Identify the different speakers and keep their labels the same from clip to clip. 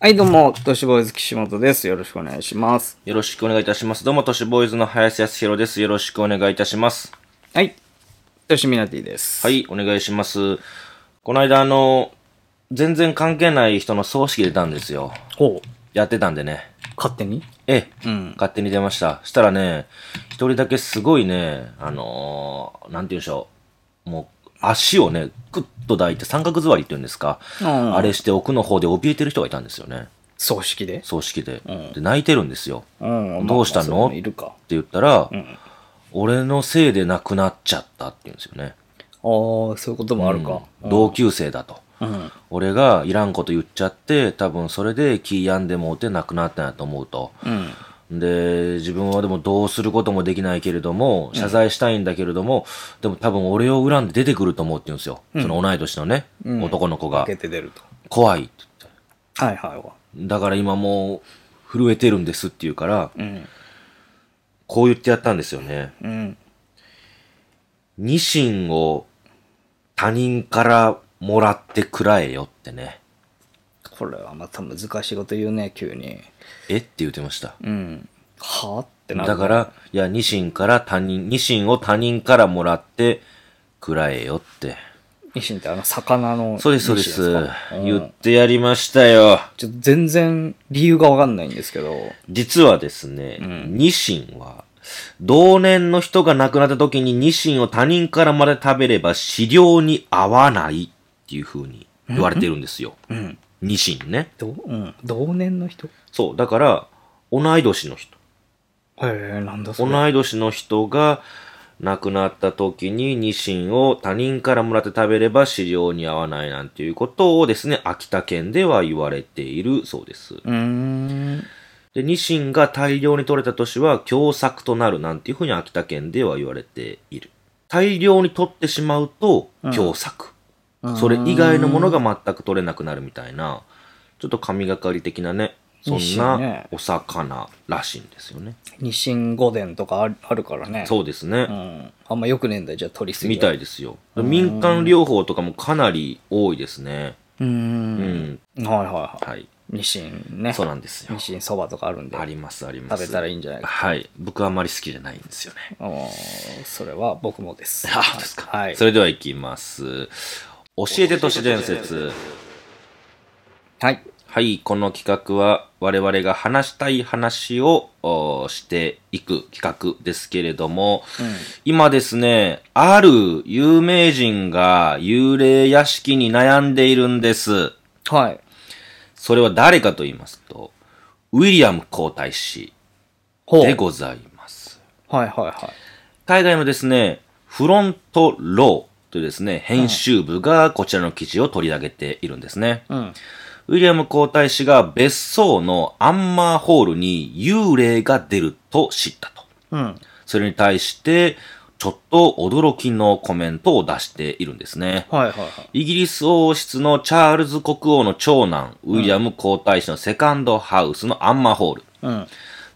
Speaker 1: はい、どうも、都市ボーイズ岸本です。よろしくお願いします。
Speaker 2: よろしくお願いいたします。どうも、都市ボーイズの林康弘です。よろしくお願いいたします。
Speaker 1: はい、都市ミナティです。
Speaker 2: は。い、お願いします。この間、あの、全然関係ない人の葬式出たんですよ。
Speaker 1: ほう。
Speaker 2: やってたんでね。
Speaker 1: 勝手に
Speaker 2: ええ、
Speaker 1: うん。
Speaker 2: 勝手に出ました。したらね、一人だけすごいね、あのーなんて言うんでしょう。もう、足をね、ぐっと抱いて三角座りって言うんですか。
Speaker 1: うん
Speaker 2: あれして奥の方で怯えてる人がいたんですよね。
Speaker 1: 葬式で
Speaker 2: 葬式で。
Speaker 1: うん
Speaker 2: で、泣いてるんですよ。
Speaker 1: うん
Speaker 2: どうしたの
Speaker 1: まあまあそういういるか
Speaker 2: っ。て言ったら、
Speaker 1: ん
Speaker 2: 俺のせいで亡くなっちゃったって言うんですよね。
Speaker 1: ああ、そういうこともあるか。
Speaker 2: うん同級生だと。
Speaker 1: うん。
Speaker 2: 俺がいらんこと言っちゃって、多分それで気病んでもうて亡くなったんやと思うと。
Speaker 1: うん。
Speaker 2: で、自分はでもどうすることもできないけれども、謝罪したいんだけれども、でも多分俺を恨んで出てくると思うって言うんですよ。その同い年のね、
Speaker 1: ん
Speaker 2: 男の子が
Speaker 1: 開。けて出ると。
Speaker 2: 怖いって言っ
Speaker 1: はいはいは
Speaker 2: て。だから今もう震えてるんですって言うから、
Speaker 1: い。うん。
Speaker 2: こう言ってやったんですよね。
Speaker 1: うん。
Speaker 2: ニシンを他人からもらってくらえよってね。
Speaker 1: これはまた難しいこと言うね、急に。
Speaker 2: えって言ってました。
Speaker 1: うん。はあってなる。
Speaker 2: だから、いや、ニシンから他人、ニシンを他人からもらってくらえよって。
Speaker 1: ニシンってあの魚の。
Speaker 2: そうです、そうです
Speaker 1: ニシンか。うん
Speaker 2: 言ってやりましたよ。
Speaker 1: ちょっと全然理由がわかんないんですけど。
Speaker 2: 実はですね、ニシンは、同年の人が亡くなった時にニシンを他人からまで食べれば飼料に合わないっていう風に言われてるんですよ。
Speaker 1: うん。
Speaker 2: ニシンね。
Speaker 1: どうん、同年の人へ
Speaker 2: そう、だから、同い年の人。
Speaker 1: え、なんだそれ。
Speaker 2: 同い年の人が亡くなった時にニシンを他人からもらって食べれば飼料に合わないなんていうことをですね、秋田県では言われているそうです。
Speaker 1: うーん。
Speaker 2: で、ニシンが大量に取れた年は凶作となるなんていうふうに秋田県では言われている。大量に取ってしまうと凶作。それ以外のものが全く取れなくなるみたいな、ちょっと神がかり的なね、そん
Speaker 1: ニシンね
Speaker 2: なお魚らしいんですよね。
Speaker 1: ニシン御殿とかあるあるからね。う。
Speaker 2: そうですね。
Speaker 1: ん。あんまよくねえんだよ、じゃあ取りすぎ
Speaker 2: みた
Speaker 1: い。
Speaker 2: いですよ。民間療法とかもかなり多いですね。
Speaker 1: うー。
Speaker 2: うんん。
Speaker 1: はいはいは
Speaker 2: はい。
Speaker 1: い。ニシンね。
Speaker 2: そうなんですよ
Speaker 1: ニ。シンそばとかあるんで。
Speaker 2: あります、あります。
Speaker 1: 食べたらいいんじゃないか。
Speaker 2: はい。僕はあまり好きじゃないんですよね。
Speaker 1: あのーそれは僕もです。
Speaker 2: あ、そうですか。
Speaker 1: はい
Speaker 2: そ。れでは行きます。教えて都市伝説。
Speaker 1: はい。
Speaker 2: はい、この企画は我々が話したい話をおーしていく企画ですけれども、今ですね、ある有名人が幽霊屋敷に悩んでいるんです。
Speaker 1: はい。
Speaker 2: それは誰かと言いますと、ウィリアム皇太子
Speaker 1: ほう。
Speaker 2: でございます。
Speaker 1: はいはいはい。
Speaker 2: 海外のですね、フロントローというですね、編集部がこちらの記事を取り上げているんですね。
Speaker 1: うん。
Speaker 2: ウィリアム皇太子が別荘のアンマーホールに幽霊が出ると知ったと。
Speaker 1: うん。
Speaker 2: それに対して、ちょっと驚きのコメントを出しているんですね。
Speaker 1: はいはいはい。
Speaker 2: イギリス王室のチャールズ国王の長男、ウィリアム皇太子のセカンドハウスのアンマーホール。
Speaker 1: うん。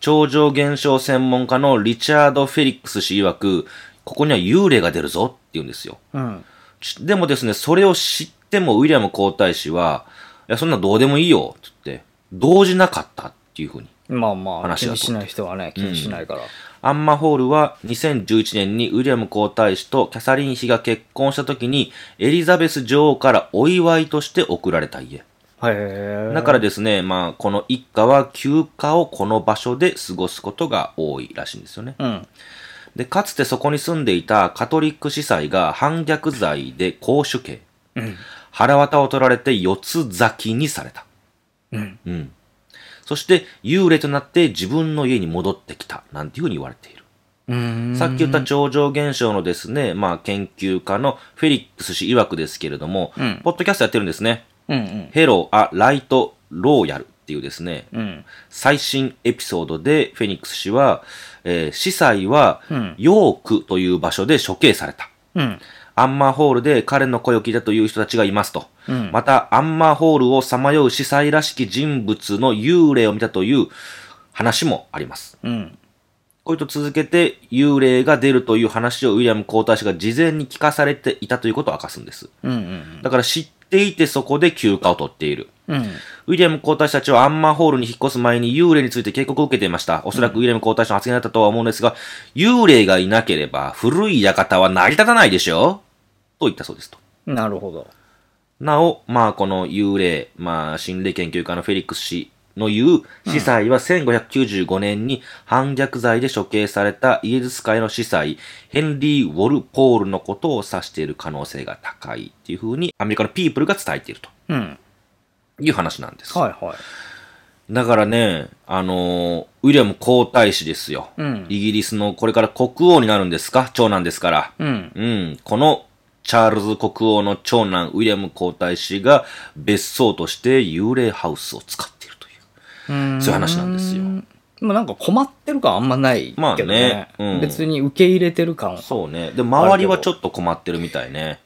Speaker 2: 超常現象専門家のリチャード・フェリックス氏曰く、ここには幽霊が出るぞって言うんですよ。
Speaker 1: うん。
Speaker 2: ちでもですね、それを知ってもウィリアム皇太子は、いや、そんなどうでもいいよって言って、動じなかったっていうふうに。
Speaker 1: まあまあ、
Speaker 2: 話
Speaker 1: 気
Speaker 2: だ
Speaker 1: に
Speaker 2: と
Speaker 1: しない人はね、気にしないから。
Speaker 2: アンマホールは2011年にウィリアム皇太子とキャサリン妃が結婚した時にエリザベス女王からお祝いとして贈られた家。
Speaker 1: へえ。
Speaker 2: だからですね、まあ、この一家は休暇をこの場所で過ごすことが多いらしいんですよね。
Speaker 1: うん。
Speaker 2: で、かつてそこに住んでいたカトリック司祭が反逆罪で公主刑。腹渡を取られて四つ咲きにされた。
Speaker 1: うん。
Speaker 2: うん。そして、幽霊となって自分の家に戻ってきた。なんていうふうに言われている。
Speaker 1: うーん。
Speaker 2: さっき言った超常現象のですね、まあ、研究家のフェリックス氏曰くですけれども、
Speaker 1: うん
Speaker 2: ポッドキャストやってるんですね。
Speaker 1: うんうん。
Speaker 2: ヘロー・ア・ライト・ローヤルっていうですね、
Speaker 1: うん。
Speaker 2: 最新エピソードでフェニックス氏は、えー司祭は、
Speaker 1: ん
Speaker 2: ヨークという場所で処刑された。
Speaker 1: うん。
Speaker 2: アンマーホールで彼の声を聞いたという人たちがいますと。
Speaker 1: うん
Speaker 2: また、アンマーホールをさまよう司祭らしき人物の幽霊を見たという話もあります。
Speaker 1: うん。
Speaker 2: これと続けて、幽霊が出るという話をウィリアム皇太子が事前に聞かされていたということを明かすんです。
Speaker 1: うん。
Speaker 2: だから知っていてそこで休暇を取っている。
Speaker 1: うん。
Speaker 2: ウィリアム皇太子たちはアンマーホールに引っ越す前に幽霊について警告を受けていました。おそらくウィリアム皇太子の発言だったとは思うんですが、幽霊がいなければ古い館は成り立たないでしょと言ったそうですと。
Speaker 1: なるほど。
Speaker 2: なお、まあこの幽霊、まあ心霊研究家のフェリックス氏の言う司祭は1595年に反逆罪で処刑されたイエズス会の司祭ヘンリー・ウォルポールのことを指している可能性が高いっていうふうにアメリカのピープルが伝えていると
Speaker 1: うん。
Speaker 2: いう話なんです。
Speaker 1: はいはい。
Speaker 2: だからね、あのーウィリアム皇太子ですよ。
Speaker 1: うん
Speaker 2: イギリスのこれから国王になるんですか長男ですから。
Speaker 1: うん。
Speaker 2: うん、このチャールズ国王の長男ウィリアム皇太子が別荘として幽霊ハウスを使っているという。
Speaker 1: うん
Speaker 2: そういう話なんですよ。
Speaker 1: でもなんか困ってる感あんまない
Speaker 2: まあ
Speaker 1: けどね。
Speaker 2: ねうん
Speaker 1: 別に受け入れてる感は。
Speaker 2: そうね。で、周りはちょっと困ってるみたいね。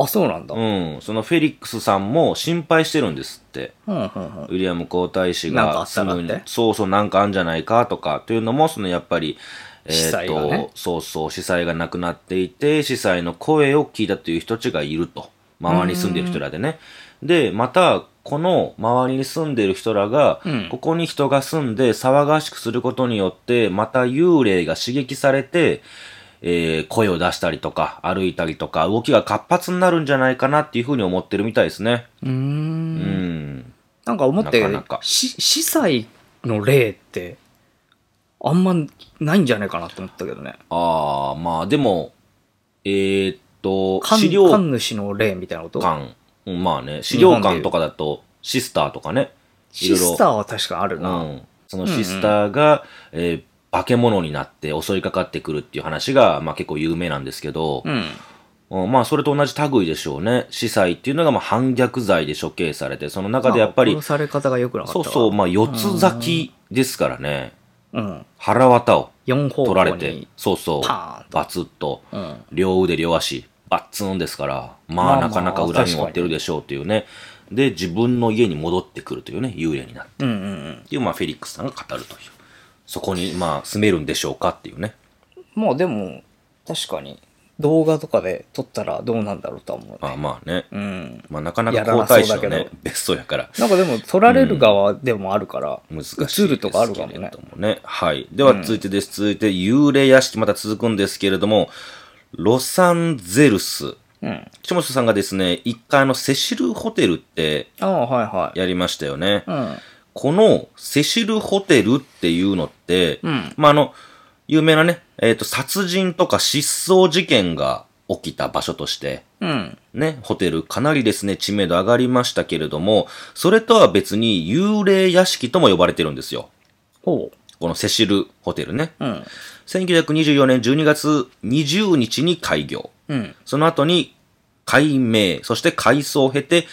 Speaker 1: あ、そうなんだ。う、
Speaker 2: うんん。そのフェリックスさんも心配してるんですって。
Speaker 1: うん、うん。
Speaker 2: ウィリアム皇太子
Speaker 1: なんかあ
Speaker 2: が
Speaker 1: ったらって
Speaker 2: にそうそうなんかあんじゃないかとかというのもそのやっぱりえ
Speaker 1: 司
Speaker 2: ーっ
Speaker 1: 祭が
Speaker 2: と、
Speaker 1: ね
Speaker 2: そうそう司祭が亡くなっていて司祭の声を聞いたという人たちがいると周りに住んでいる人らでねでまたこの周りに住んでいる人らが、
Speaker 1: うん
Speaker 2: ここに人が住んで騒がしくすることによってまた幽霊が刺激されてえー声を出したりとか歩いたりとか動きが活発になるんじゃないかなっていうふうに思ってるみたいですね。
Speaker 1: うーん
Speaker 2: うん
Speaker 1: なんか思って
Speaker 2: なかなか
Speaker 1: し司祭の例ってあんまないんじゃないかなと思ったけどね
Speaker 2: ああ、まあでも、えーっと、資
Speaker 1: 神
Speaker 2: 料館、
Speaker 1: 神主の例みたいなこと
Speaker 2: うんまあね、資料館とかだと、シスターとかね、いろ
Speaker 1: シ
Speaker 2: いろ
Speaker 1: スターは確かある
Speaker 2: う
Speaker 1: な、
Speaker 2: ん、そのシスターが、えー化け物になって襲いかかってくるっていう話が、まあ結構有名なんですけど、
Speaker 1: うん
Speaker 2: うんまあそれと同じ類でしょうね。司祭っていうのがまあ反逆罪で処刑されて、その中でやっぱり
Speaker 1: まあ、殺され方が良くなかった
Speaker 2: そ
Speaker 1: わ
Speaker 2: うそう、まあ四つ咲きですからね、
Speaker 1: うん、
Speaker 2: 腹渡を
Speaker 1: 4方
Speaker 2: 取られ
Speaker 1: 向
Speaker 2: て
Speaker 1: に、
Speaker 2: そうそう
Speaker 1: パーン、と
Speaker 2: バツッと。
Speaker 1: うん
Speaker 2: 両腕両足バッツンですから
Speaker 1: ま
Speaker 2: ま
Speaker 1: あ
Speaker 2: あ
Speaker 1: まあ
Speaker 2: なかなか恨みを持ってるでしょうというねで自分の家に戻ってくるというね幽霊になる
Speaker 1: うんうんうん
Speaker 2: っていうまあフェリックスさんが語るというそこにまあ住めるんでしょうかっていうね
Speaker 1: まあでも確かに動画とかで撮ったらどうなんだろうとは思う、
Speaker 2: まあまあね、
Speaker 1: うん
Speaker 2: まあ、なかな
Speaker 1: や
Speaker 2: から皇
Speaker 1: なそう
Speaker 2: 太
Speaker 1: だ
Speaker 2: 子の
Speaker 1: けど
Speaker 2: ね別荘やから
Speaker 1: なんかでも撮られる側でもあるから、
Speaker 2: 難しいですけ
Speaker 1: 映
Speaker 2: れ
Speaker 1: る
Speaker 2: ど
Speaker 1: と
Speaker 2: も
Speaker 1: か
Speaker 2: ね
Speaker 1: あるかもね
Speaker 2: はいでは続いてです、続いて幽霊屋敷また続くんですけれどもロサンゼルス
Speaker 1: うん
Speaker 2: 岸本さんがですね一回あのセシルホテルって
Speaker 1: ああはいはい
Speaker 2: やりましたよね、
Speaker 1: うん
Speaker 2: このセシルホテルっていうのって、
Speaker 1: うん
Speaker 2: まあ、あの、有名なね、えっ、と、殺人とか失踪事件が起きた場所として、
Speaker 1: うん
Speaker 2: ね、ホテルかなりですね、知名度上がりましたけれども、それとは別に幽霊屋敷とも呼ばれてるんですよ。
Speaker 1: ほ
Speaker 2: このセシルホテルね。
Speaker 1: ううん
Speaker 2: 1924年12月20日に開業。
Speaker 1: うん
Speaker 2: その後に改名、そして改装を経て、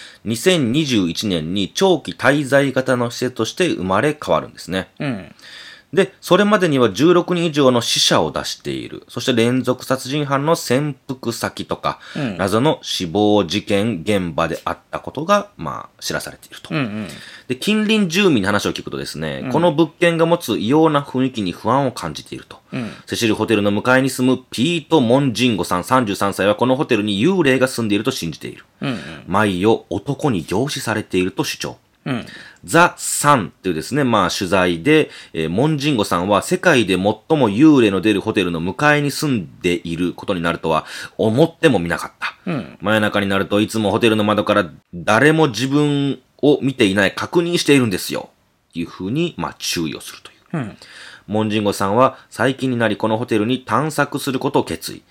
Speaker 2: 2021年に長期滞在型の施設として生まれ変わるんですね。
Speaker 1: うん
Speaker 2: で、それまでには16人以上の死者を出している。そして連続殺人犯の潜伏先とか、
Speaker 1: うん
Speaker 2: 謎の死亡事件現場であったことが、まあ、知らされていると。
Speaker 1: うんうん
Speaker 2: で、近隣住民に話を聞くとですね、この物件が持つ異様な雰囲気に不安を感じていると。
Speaker 1: うん
Speaker 2: セシルホテルの向かいに住むピート・モンジンゴさん33歳はこのホテルに幽霊が住んでいると信じている。
Speaker 1: うん
Speaker 2: 毎夜男に凝視されていると主張。
Speaker 1: うん
Speaker 2: ザ・サンというですね、まあ取材で、えーモンジンゴさんは世界で最も幽霊の出るホテルの向かいに住んでいることになるとは思ってもみなかった。
Speaker 1: うん
Speaker 2: 真夜中になるといつもホテルの窓から誰も自分を見ていない確認しているんですよ。というふうに、まあ注意をするとい
Speaker 1: う
Speaker 2: う。
Speaker 1: ん
Speaker 2: モンジンゴさんは最近になりこのホテルに探索することを決意。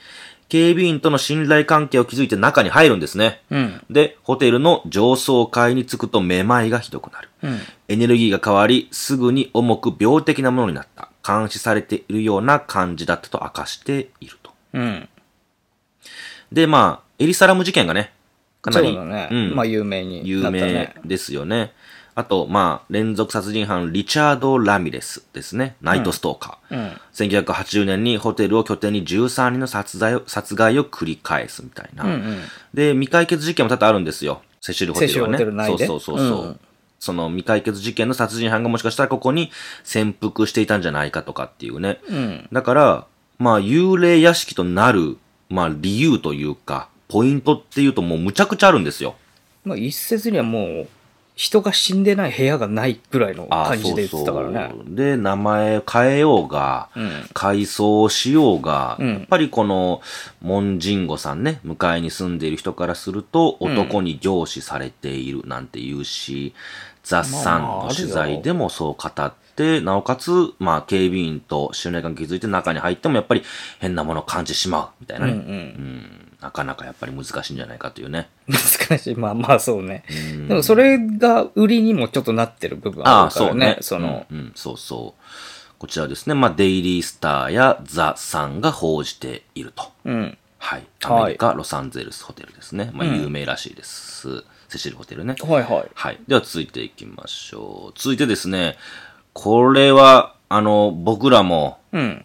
Speaker 2: 警備員との信頼関係を築いて中に入るんですね。
Speaker 1: うん
Speaker 2: で、ホテルの上層階に着くとめまいがひどくなる。
Speaker 1: うん
Speaker 2: エネルギーが変わり、すぐに重く病的なものになった。監視されているような感じだったと明かしていると。
Speaker 1: うん
Speaker 2: で、まあ、エリサラム事件がね、かな
Speaker 1: そ
Speaker 2: り、
Speaker 1: うだね、
Speaker 2: うん
Speaker 1: まあ有名にな
Speaker 2: 有
Speaker 1: った
Speaker 2: 名
Speaker 1: ね
Speaker 2: ですよね。あと、まあ、連続殺人犯、リチャード・ラミレスですね。ナイト・ストーカー。
Speaker 1: うん
Speaker 2: 1980年にホテルを拠点に13人の殺害を殺害を繰り返すみたいな、
Speaker 1: うんうん
Speaker 2: で未解決事件も多々あるんですよセシルホテルは
Speaker 1: セ
Speaker 2: ね
Speaker 1: シルホテル内で
Speaker 2: そうそうそうそう、
Speaker 1: うん
Speaker 2: その未解決事件の殺人犯がもしかしたらここに潜伏していたんじゃないかとかっていうね
Speaker 1: うん
Speaker 2: だからまあ幽霊屋敷となるまあ理由というかポイントっていうともうむちゃくちゃあるんですよ
Speaker 1: まあ一説にはもう人が死んでない部屋がないぐらいの
Speaker 2: あー
Speaker 1: 感じで言ってたからね
Speaker 2: そうそうで、名前変えようが、
Speaker 1: うん
Speaker 2: 改装しようが、
Speaker 1: うん
Speaker 2: やっぱりこの、モンジンゴさんね、向かいに住んでいる人からすると、
Speaker 1: ん
Speaker 2: 男に凝視されているなんて言うし、雑さん
Speaker 1: まあまあ
Speaker 2: の
Speaker 1: あるよ
Speaker 2: 取材でもそう語って、なおかつ、まあ、警備員と信頼関係築いて中に入っても、やっぱり変なものを感じてしまう、みたいな
Speaker 1: うんう
Speaker 2: ね、
Speaker 1: ん
Speaker 2: うんなかなかやっぱり難しいんじゃないかというね。
Speaker 1: 難しいまあまあそうね、
Speaker 2: うん
Speaker 1: でもそれが売りにもちょっとなってる部分
Speaker 2: あ
Speaker 1: あ
Speaker 2: あ、
Speaker 1: るか
Speaker 2: そ
Speaker 1: ら
Speaker 2: う
Speaker 1: ね
Speaker 2: ね。
Speaker 1: その、
Speaker 2: うん、うんそうそう。こちらですね、まあ、デイリースターやザ・サンが報じていると。
Speaker 1: うん
Speaker 2: は
Speaker 1: は
Speaker 2: い。
Speaker 1: い
Speaker 2: アメリカ・ロサンゼルスホテルですね。まあ、
Speaker 1: うん
Speaker 2: 有名らしいです。セシルホテルね。
Speaker 1: はいはい
Speaker 2: はい。では続いていきましょう。続いてですね、これは、あの、僕らも、
Speaker 1: うん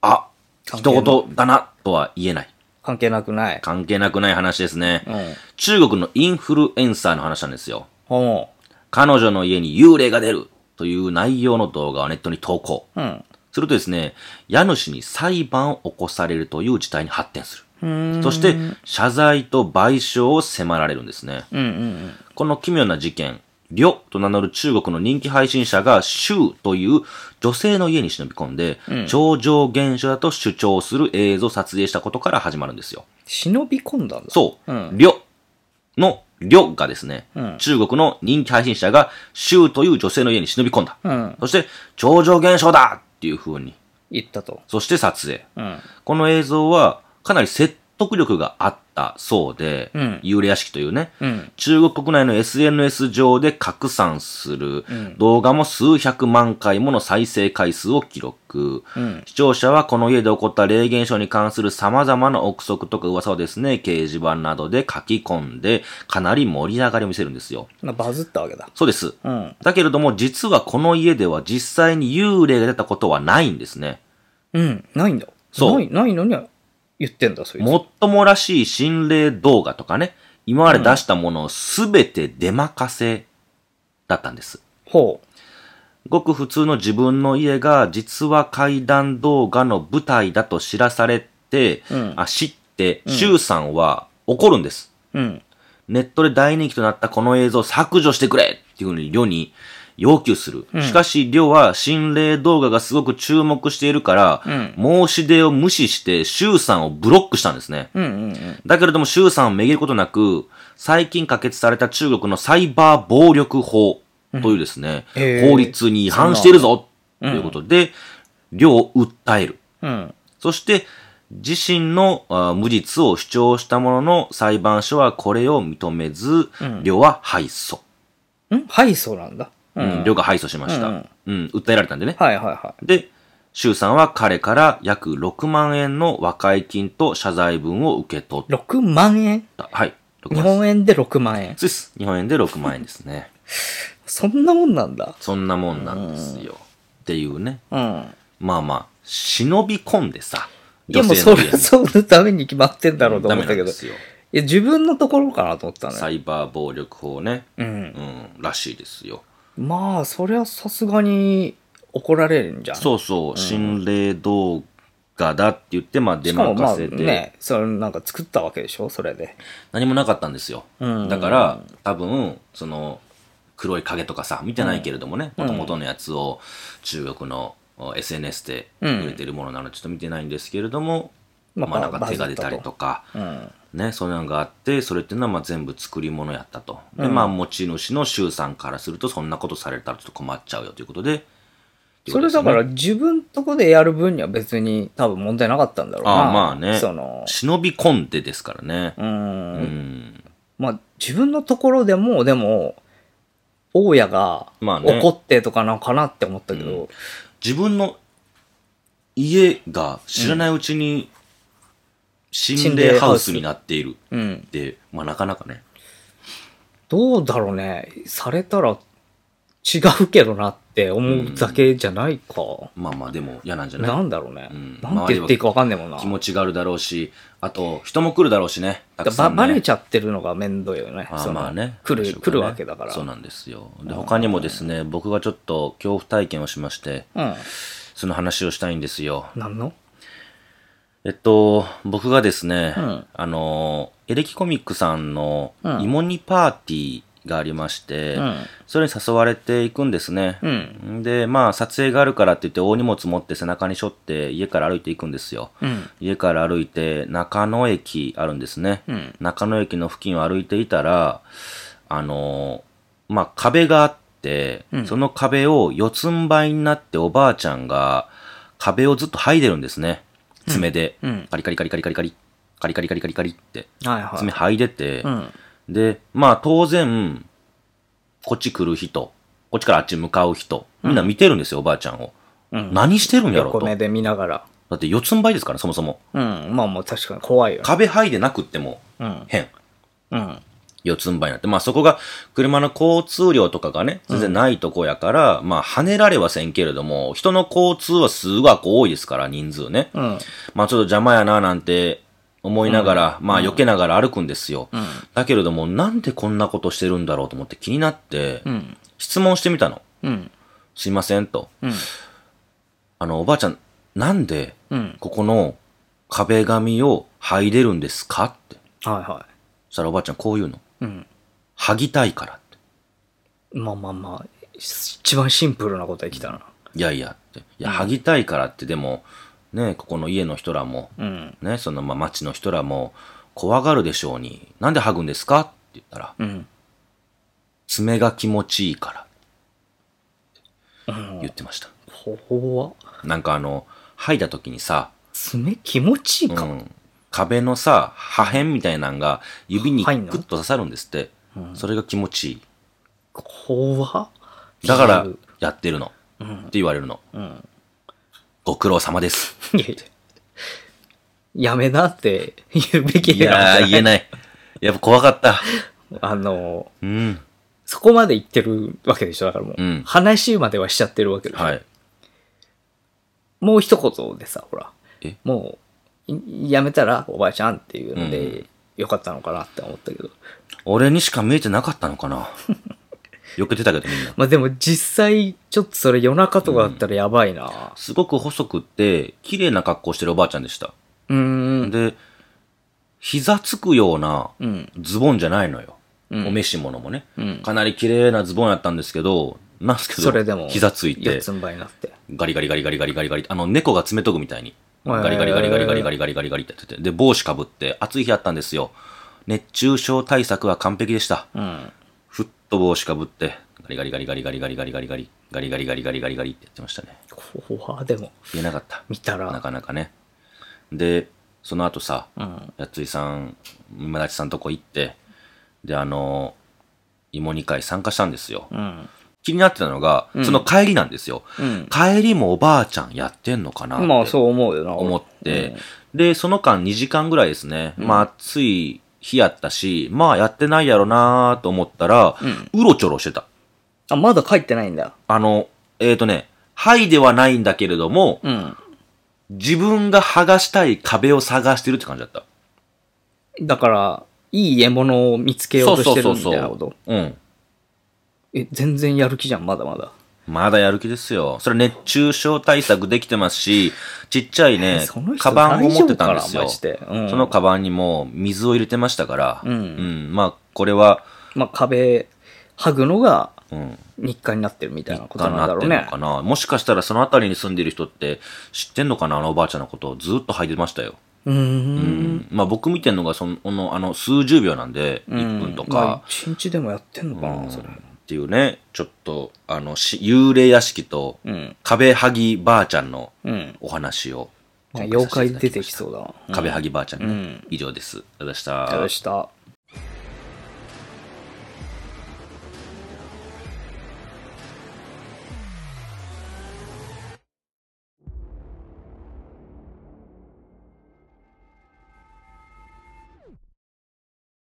Speaker 2: あ、
Speaker 1: 関
Speaker 2: 一
Speaker 1: 係ない
Speaker 2: 言だな、とは言えない。
Speaker 1: 関係なくない
Speaker 2: 関係なくない話ですね。
Speaker 1: うん
Speaker 2: 中国のインフルエンサーの話なんですよ。
Speaker 1: ほ
Speaker 2: 彼女の家に幽霊が出るという内容の動画をネットに投稿。
Speaker 1: ううん
Speaker 2: するとですね、家主に裁判を起こされるという事態に発展す
Speaker 1: うー
Speaker 2: る。
Speaker 1: ん
Speaker 2: そして、謝罪と賠償を迫られるんですね。
Speaker 1: うんうん
Speaker 2: この奇妙な事件、リョと名乗る中国の人気配信者が、シュウという女性の家に忍び込んで、超常現象だと主張する映像を撮影したことから始まるんですよ。
Speaker 1: 忍び込んだんだ
Speaker 2: そう、
Speaker 1: うん
Speaker 2: リョのリョがですね、
Speaker 1: うん
Speaker 2: 中国の人気配信者が、シュウという女性の家に忍び込んだ。
Speaker 1: うん
Speaker 2: そして、超常現象だっていう風に、
Speaker 1: 言ったと
Speaker 2: そして撮影。
Speaker 1: うん
Speaker 2: この映像はかなり説得力があったそうで、
Speaker 1: うん
Speaker 2: 幽霊屋敷というね、
Speaker 1: うん
Speaker 2: 中国国内の SNS 上で拡散する、動画も数百万回もの再生回数を記録、
Speaker 1: うん
Speaker 2: 視聴者はこの家で起こった霊現象に関する様々な憶測とか噂をですね、掲示板などで書き込んで、かなり盛り上がりを見せるんですよ。
Speaker 1: まあバズったわけだ
Speaker 2: そうです。
Speaker 1: うん
Speaker 2: だけれども、実はこの家では実際に幽霊が出たことはないんですね。
Speaker 1: うんないんだ
Speaker 2: そう
Speaker 1: ないないのには言ってんだそいつ
Speaker 2: もっともらしい心霊動画とかね、今まで出したものをすべて出任せだったんです。
Speaker 1: ほう
Speaker 2: ごく普通の自分の家が実は怪談動画の舞台だと知らされて、
Speaker 1: うん
Speaker 2: あ知って、シュウさんは怒るんです。
Speaker 1: うん
Speaker 2: ネットで大人気となったこの映像を削除してくれっていうふうにリョに要求する。しかし、リョは心霊動画がすごく注目しているから、申し出を無視して、シュウさんをブロックしたんですね。
Speaker 1: うんうんうん
Speaker 2: だけれども、周さんをめげることなく、最近可決された中国のサイバー暴力法というですね、
Speaker 1: うんへー
Speaker 2: 法律に違反しているぞということで、両を訴える。
Speaker 1: うん
Speaker 2: そして、自身のあ無実を主張したものの裁判所はこれを認めず、両は敗訴。
Speaker 1: んはいそうなんだう
Speaker 2: うん、両が敗訴しました。
Speaker 1: う
Speaker 2: うんん、訴えられたんでね。
Speaker 1: はいはいは
Speaker 2: で、周さんは彼から約6万円の和解金と謝罪文を受け取っ
Speaker 1: い6万円
Speaker 2: た。はい。
Speaker 1: 日
Speaker 2: 6万円
Speaker 1: 本円
Speaker 2: です
Speaker 1: で6万円
Speaker 2: そうです。日本円で6万円ですね。
Speaker 1: そんなもんなんだ
Speaker 2: そんなもんなんですよ。っていうね。
Speaker 1: うん
Speaker 2: まあまあ、忍び込んでさ、
Speaker 1: いやもうそれ そうのために決まってんだろうと思ったけ
Speaker 2: ダメな
Speaker 1: ど
Speaker 2: んです
Speaker 1: い
Speaker 2: よ。
Speaker 1: や自分のところかなと思ったのよ
Speaker 2: サイバー暴力法ね。
Speaker 1: うん
Speaker 2: うん、らしいですよ。
Speaker 1: まあそりゃさすがに怒られるんじゃん
Speaker 2: そうそう、心霊動画だって言って、まあ出
Speaker 1: しかもまあ
Speaker 2: 任せて、
Speaker 1: ねそれなんか作ったわけでしょそれで
Speaker 2: 何もなかったんですよ。
Speaker 1: うん
Speaker 2: だから、多分、その、黒い影とかさ、見てないけれどもね、もともとのやつを中国のお SNS で売れてるものなのでちょっと見てないんですけれども、
Speaker 1: まあ
Speaker 2: まあなんか
Speaker 1: バズ
Speaker 2: 手
Speaker 1: った
Speaker 2: が
Speaker 1: と
Speaker 2: 出たりとか、
Speaker 1: うん
Speaker 2: ね、そういうのがあって、それっていうのはまあ全部作り物やったと。で、まあ持ち主の周さんからすると、そんなことされたらちょっと困っちゃうよということで。
Speaker 1: それだから自分とこでやる分には別に多分問題なかったんだろうな
Speaker 2: ああまあね
Speaker 1: その
Speaker 2: 忍び込んでですからね
Speaker 1: う。ん、
Speaker 2: うん。
Speaker 1: まあ自分のところでもでも大家が
Speaker 2: まあね
Speaker 1: 怒ってとかなのかなって思ったけど、
Speaker 2: 自分の家が知らないうちに心霊ハウスになっている
Speaker 1: うん
Speaker 2: って、まあなかなかね。
Speaker 1: どうだろうねされたら違うけどなって思うだけじゃないか、
Speaker 2: まあまあでも嫌なんじゃ
Speaker 1: な
Speaker 2: ない
Speaker 1: んだろうね、
Speaker 2: うん
Speaker 1: なんて言っていいかわかんねえもんな
Speaker 2: 気持ちがあるだろうし、あと人も来るだろうしね。たくさ
Speaker 1: ば
Speaker 2: んね
Speaker 1: バレちゃってるのが面倒よね。
Speaker 2: あー
Speaker 1: その
Speaker 2: まあね。
Speaker 1: 来
Speaker 2: で
Speaker 1: る、
Speaker 2: しょう
Speaker 1: 来
Speaker 2: かね
Speaker 1: るわけだから。
Speaker 2: そうなんですよ。で、他にもですね、僕がちょっと恐怖体験をしまして、
Speaker 1: うん。
Speaker 2: その話をしたいんですよ。
Speaker 1: なんの
Speaker 2: えっと、僕がですね、
Speaker 1: うん
Speaker 2: あの、エレキコミックさんの
Speaker 1: うん
Speaker 2: 芋煮パーティーがありまして、
Speaker 1: うん
Speaker 2: それに誘われていくんですね。
Speaker 1: うん。
Speaker 2: で、まあ、撮影があるからって言って、大荷物持って背中に背負って、家から歩いていくんですよ。
Speaker 1: うん。
Speaker 2: 家から歩いて、中野駅あるんですね。
Speaker 1: うん。
Speaker 2: 中野駅の付近を歩いていたら、あのーまあ、壁があって、
Speaker 1: うん
Speaker 2: その壁を四つん這いになっておばあちゃんが壁をずっと剥いでるんですね。爪で。
Speaker 1: うん。
Speaker 2: カリカリカリカリカリカリ。カリカリカリカリカリって。
Speaker 1: はいはい。
Speaker 2: 爪剥いでて。
Speaker 1: うん。
Speaker 2: で、まあ当然、こっち来る人、こっちからあっち向かう人、みんな見てるんですよ、おばあちゃんを。
Speaker 1: うん。
Speaker 2: 何してるんやろ
Speaker 1: 横
Speaker 2: と。
Speaker 1: 目
Speaker 2: だ
Speaker 1: で見ながら。
Speaker 2: って四つん這いですから、そもそも。
Speaker 1: うん。まあもう確かに怖いよね。
Speaker 2: 壁剥いでなくっても
Speaker 1: うん。
Speaker 2: 変。
Speaker 1: うん。
Speaker 2: 四つん這いになって。まあそこが車の交通量とかがね、全然ないとこやから、まあ跳ねられはせんけれども、人の交通はすごく多いですから、人数ね。
Speaker 1: うん。
Speaker 2: まあちょっと邪魔やななんて思いながら、まあ避けながら歩くんですよ。
Speaker 1: うん。
Speaker 2: だけれども、なんでこんなことしてるんだろうと思って気になって、
Speaker 1: うん。
Speaker 2: 質問してみたの。
Speaker 1: うん。
Speaker 2: すいませんと。
Speaker 1: うん。
Speaker 2: あの、おばあちゃん、なんで、
Speaker 1: うん。
Speaker 2: ここの壁紙を剥いでるんですかって。
Speaker 1: はいは
Speaker 2: そしたらおばあちゃんこう言うの。
Speaker 1: い。うん。
Speaker 2: 剥ぎたいからって。
Speaker 1: まあまあまあ、一番シンプルなことできたな。
Speaker 2: いやいやって。いや、
Speaker 1: うん
Speaker 2: 剥ぎたいからって、でも、ね、ここの家の人らも、
Speaker 1: うん。
Speaker 2: ね、そのまあ町の人らも、怖がるでしょうに、なんで剥ぐんですかって言ったら、
Speaker 1: うん。
Speaker 2: 爪が気持ちいいか
Speaker 1: う
Speaker 2: らって言
Speaker 1: ん
Speaker 2: っ。てました。
Speaker 1: 怖っ
Speaker 2: なんかあの、剥いだ時にさ、
Speaker 1: 爪気持ちいいうか。
Speaker 2: ん、壁のさ、破片みたいなんが指にク
Speaker 1: 入んの
Speaker 2: ッと刺さるんですっ
Speaker 1: うん
Speaker 2: て。それが気持ちいい。
Speaker 1: 怖っ
Speaker 2: だから
Speaker 1: リアル、
Speaker 2: やってるの。
Speaker 1: う
Speaker 2: っ
Speaker 1: ん。
Speaker 2: て言われるの。
Speaker 1: うん。
Speaker 2: ご苦労様です。
Speaker 1: いやいや。やめなって言うべき
Speaker 2: いやー、言え
Speaker 1: い。
Speaker 2: ない。やっぱ怖かった。
Speaker 1: あの、
Speaker 2: うん。
Speaker 1: そこまで言ってるわけでしょ、だからもう。
Speaker 2: うん
Speaker 1: 話まではしちゃってるわけでしょ。
Speaker 2: はい。
Speaker 1: もう一言でさ、ほら
Speaker 2: え。
Speaker 1: もう、いやめたらおばあちゃんっていうの
Speaker 2: う
Speaker 1: で、よかったのかなって思ったけど。
Speaker 2: 俺にしか見えてなかったのかな。避けてたけどみんな。
Speaker 1: まあでも実際、ちょっとそれ夜中とかだったらやばいな。
Speaker 2: すごく細くって、綺麗な格好してるおばあちゃんでした。
Speaker 1: うーん。
Speaker 2: で、膝つくような
Speaker 1: うん。
Speaker 2: ズボンじゃないのよ。
Speaker 1: うん
Speaker 2: お召し物もね。
Speaker 1: うん。
Speaker 2: かなり綺麗なズボンやったんですけど、なんすけど、
Speaker 1: それでも、
Speaker 2: 膝つい
Speaker 1: 四
Speaker 2: て、
Speaker 1: つん這いになって。
Speaker 2: ガリガリガリガリガリガリガリ、あの、猫が爪研ぐみたいに、
Speaker 1: へー
Speaker 2: ガリガリガリガリガリガリガリガリガリってやってて、で、帽子かぶって、暑い日あったんですよ。熱中症対策は完璧でした。
Speaker 1: うん。
Speaker 2: ふっと帽子かぶって、ガリガリガリガリガリガリガリガリガリ、ガリガリガリガリガリガリってやってましたね。
Speaker 1: 怖っでも、
Speaker 2: 言えなかった。
Speaker 1: 見た
Speaker 2: な
Speaker 1: ら。
Speaker 2: かなかね。で、その後さ、
Speaker 1: うん。
Speaker 2: やついさん、今立さんとこ行って、で、あの、芋煮会参加したんですよ。
Speaker 1: うん。
Speaker 2: 気になってたのが、
Speaker 1: うん
Speaker 2: その帰りなんですよ。
Speaker 1: うん。
Speaker 2: 帰りもおばあちゃんやってんのかな
Speaker 1: まあ
Speaker 2: って
Speaker 1: そう思うよな。
Speaker 2: 思って、で、その間2時間ぐらいですね、まあ暑い日やったし、まあやってないやろなと思ったら、うろちょろしてた。
Speaker 1: あ、まだ帰ってないんだ。
Speaker 2: あの、えーとね、はいではないんだけれども、
Speaker 1: うん。
Speaker 2: 自分が剥がしたい壁を探してるって感じだった。
Speaker 1: だから、いい獲物を見つけようとしてるみたいなこと。
Speaker 2: うん。
Speaker 1: え、全然やる気じゃん、まだまだ。
Speaker 2: まだやる気ですよ。それ熱中症対策できてますし、ちっちゃい
Speaker 1: え
Speaker 2: ね
Speaker 1: その、人
Speaker 2: カバンを持ってたんです
Speaker 1: 大
Speaker 2: よ
Speaker 1: 丈。夫かなマジでうん
Speaker 2: そのカバンにも水を入れてましたから、
Speaker 1: うん
Speaker 2: まあ、これは、
Speaker 1: まあ壁、剥ぐのが
Speaker 2: うん、
Speaker 1: 日課になってるみたいなこと
Speaker 2: か
Speaker 1: なんだ
Speaker 2: なっ
Speaker 1: ろ
Speaker 2: て
Speaker 1: うん
Speaker 2: の
Speaker 1: ね
Speaker 2: か。な。もしかしたらその辺りに住んでる人って知ってんのかな、あのおばあちゃんのことをずっと履いてましたよ。
Speaker 1: うー。
Speaker 2: うんん。まあ僕見てんのがその、あの、あの数十秒なんで、1分と
Speaker 1: ま
Speaker 2: か
Speaker 1: あ、一日でもやってんのか
Speaker 2: うん
Speaker 1: な、
Speaker 2: っ
Speaker 1: それ。
Speaker 2: ていうね、ちょっと、あの、し幽霊屋敷と
Speaker 1: うん。
Speaker 2: 壁剥ぎばあちゃんの
Speaker 1: うん。
Speaker 2: お話を。
Speaker 1: 妖怪出て
Speaker 2: き
Speaker 1: きそうだな。
Speaker 2: 壁剥ぎばあちゃんね、
Speaker 1: うん
Speaker 2: 以上です。ありがとうございまし
Speaker 1: うん。
Speaker 2: た
Speaker 1: よ。した。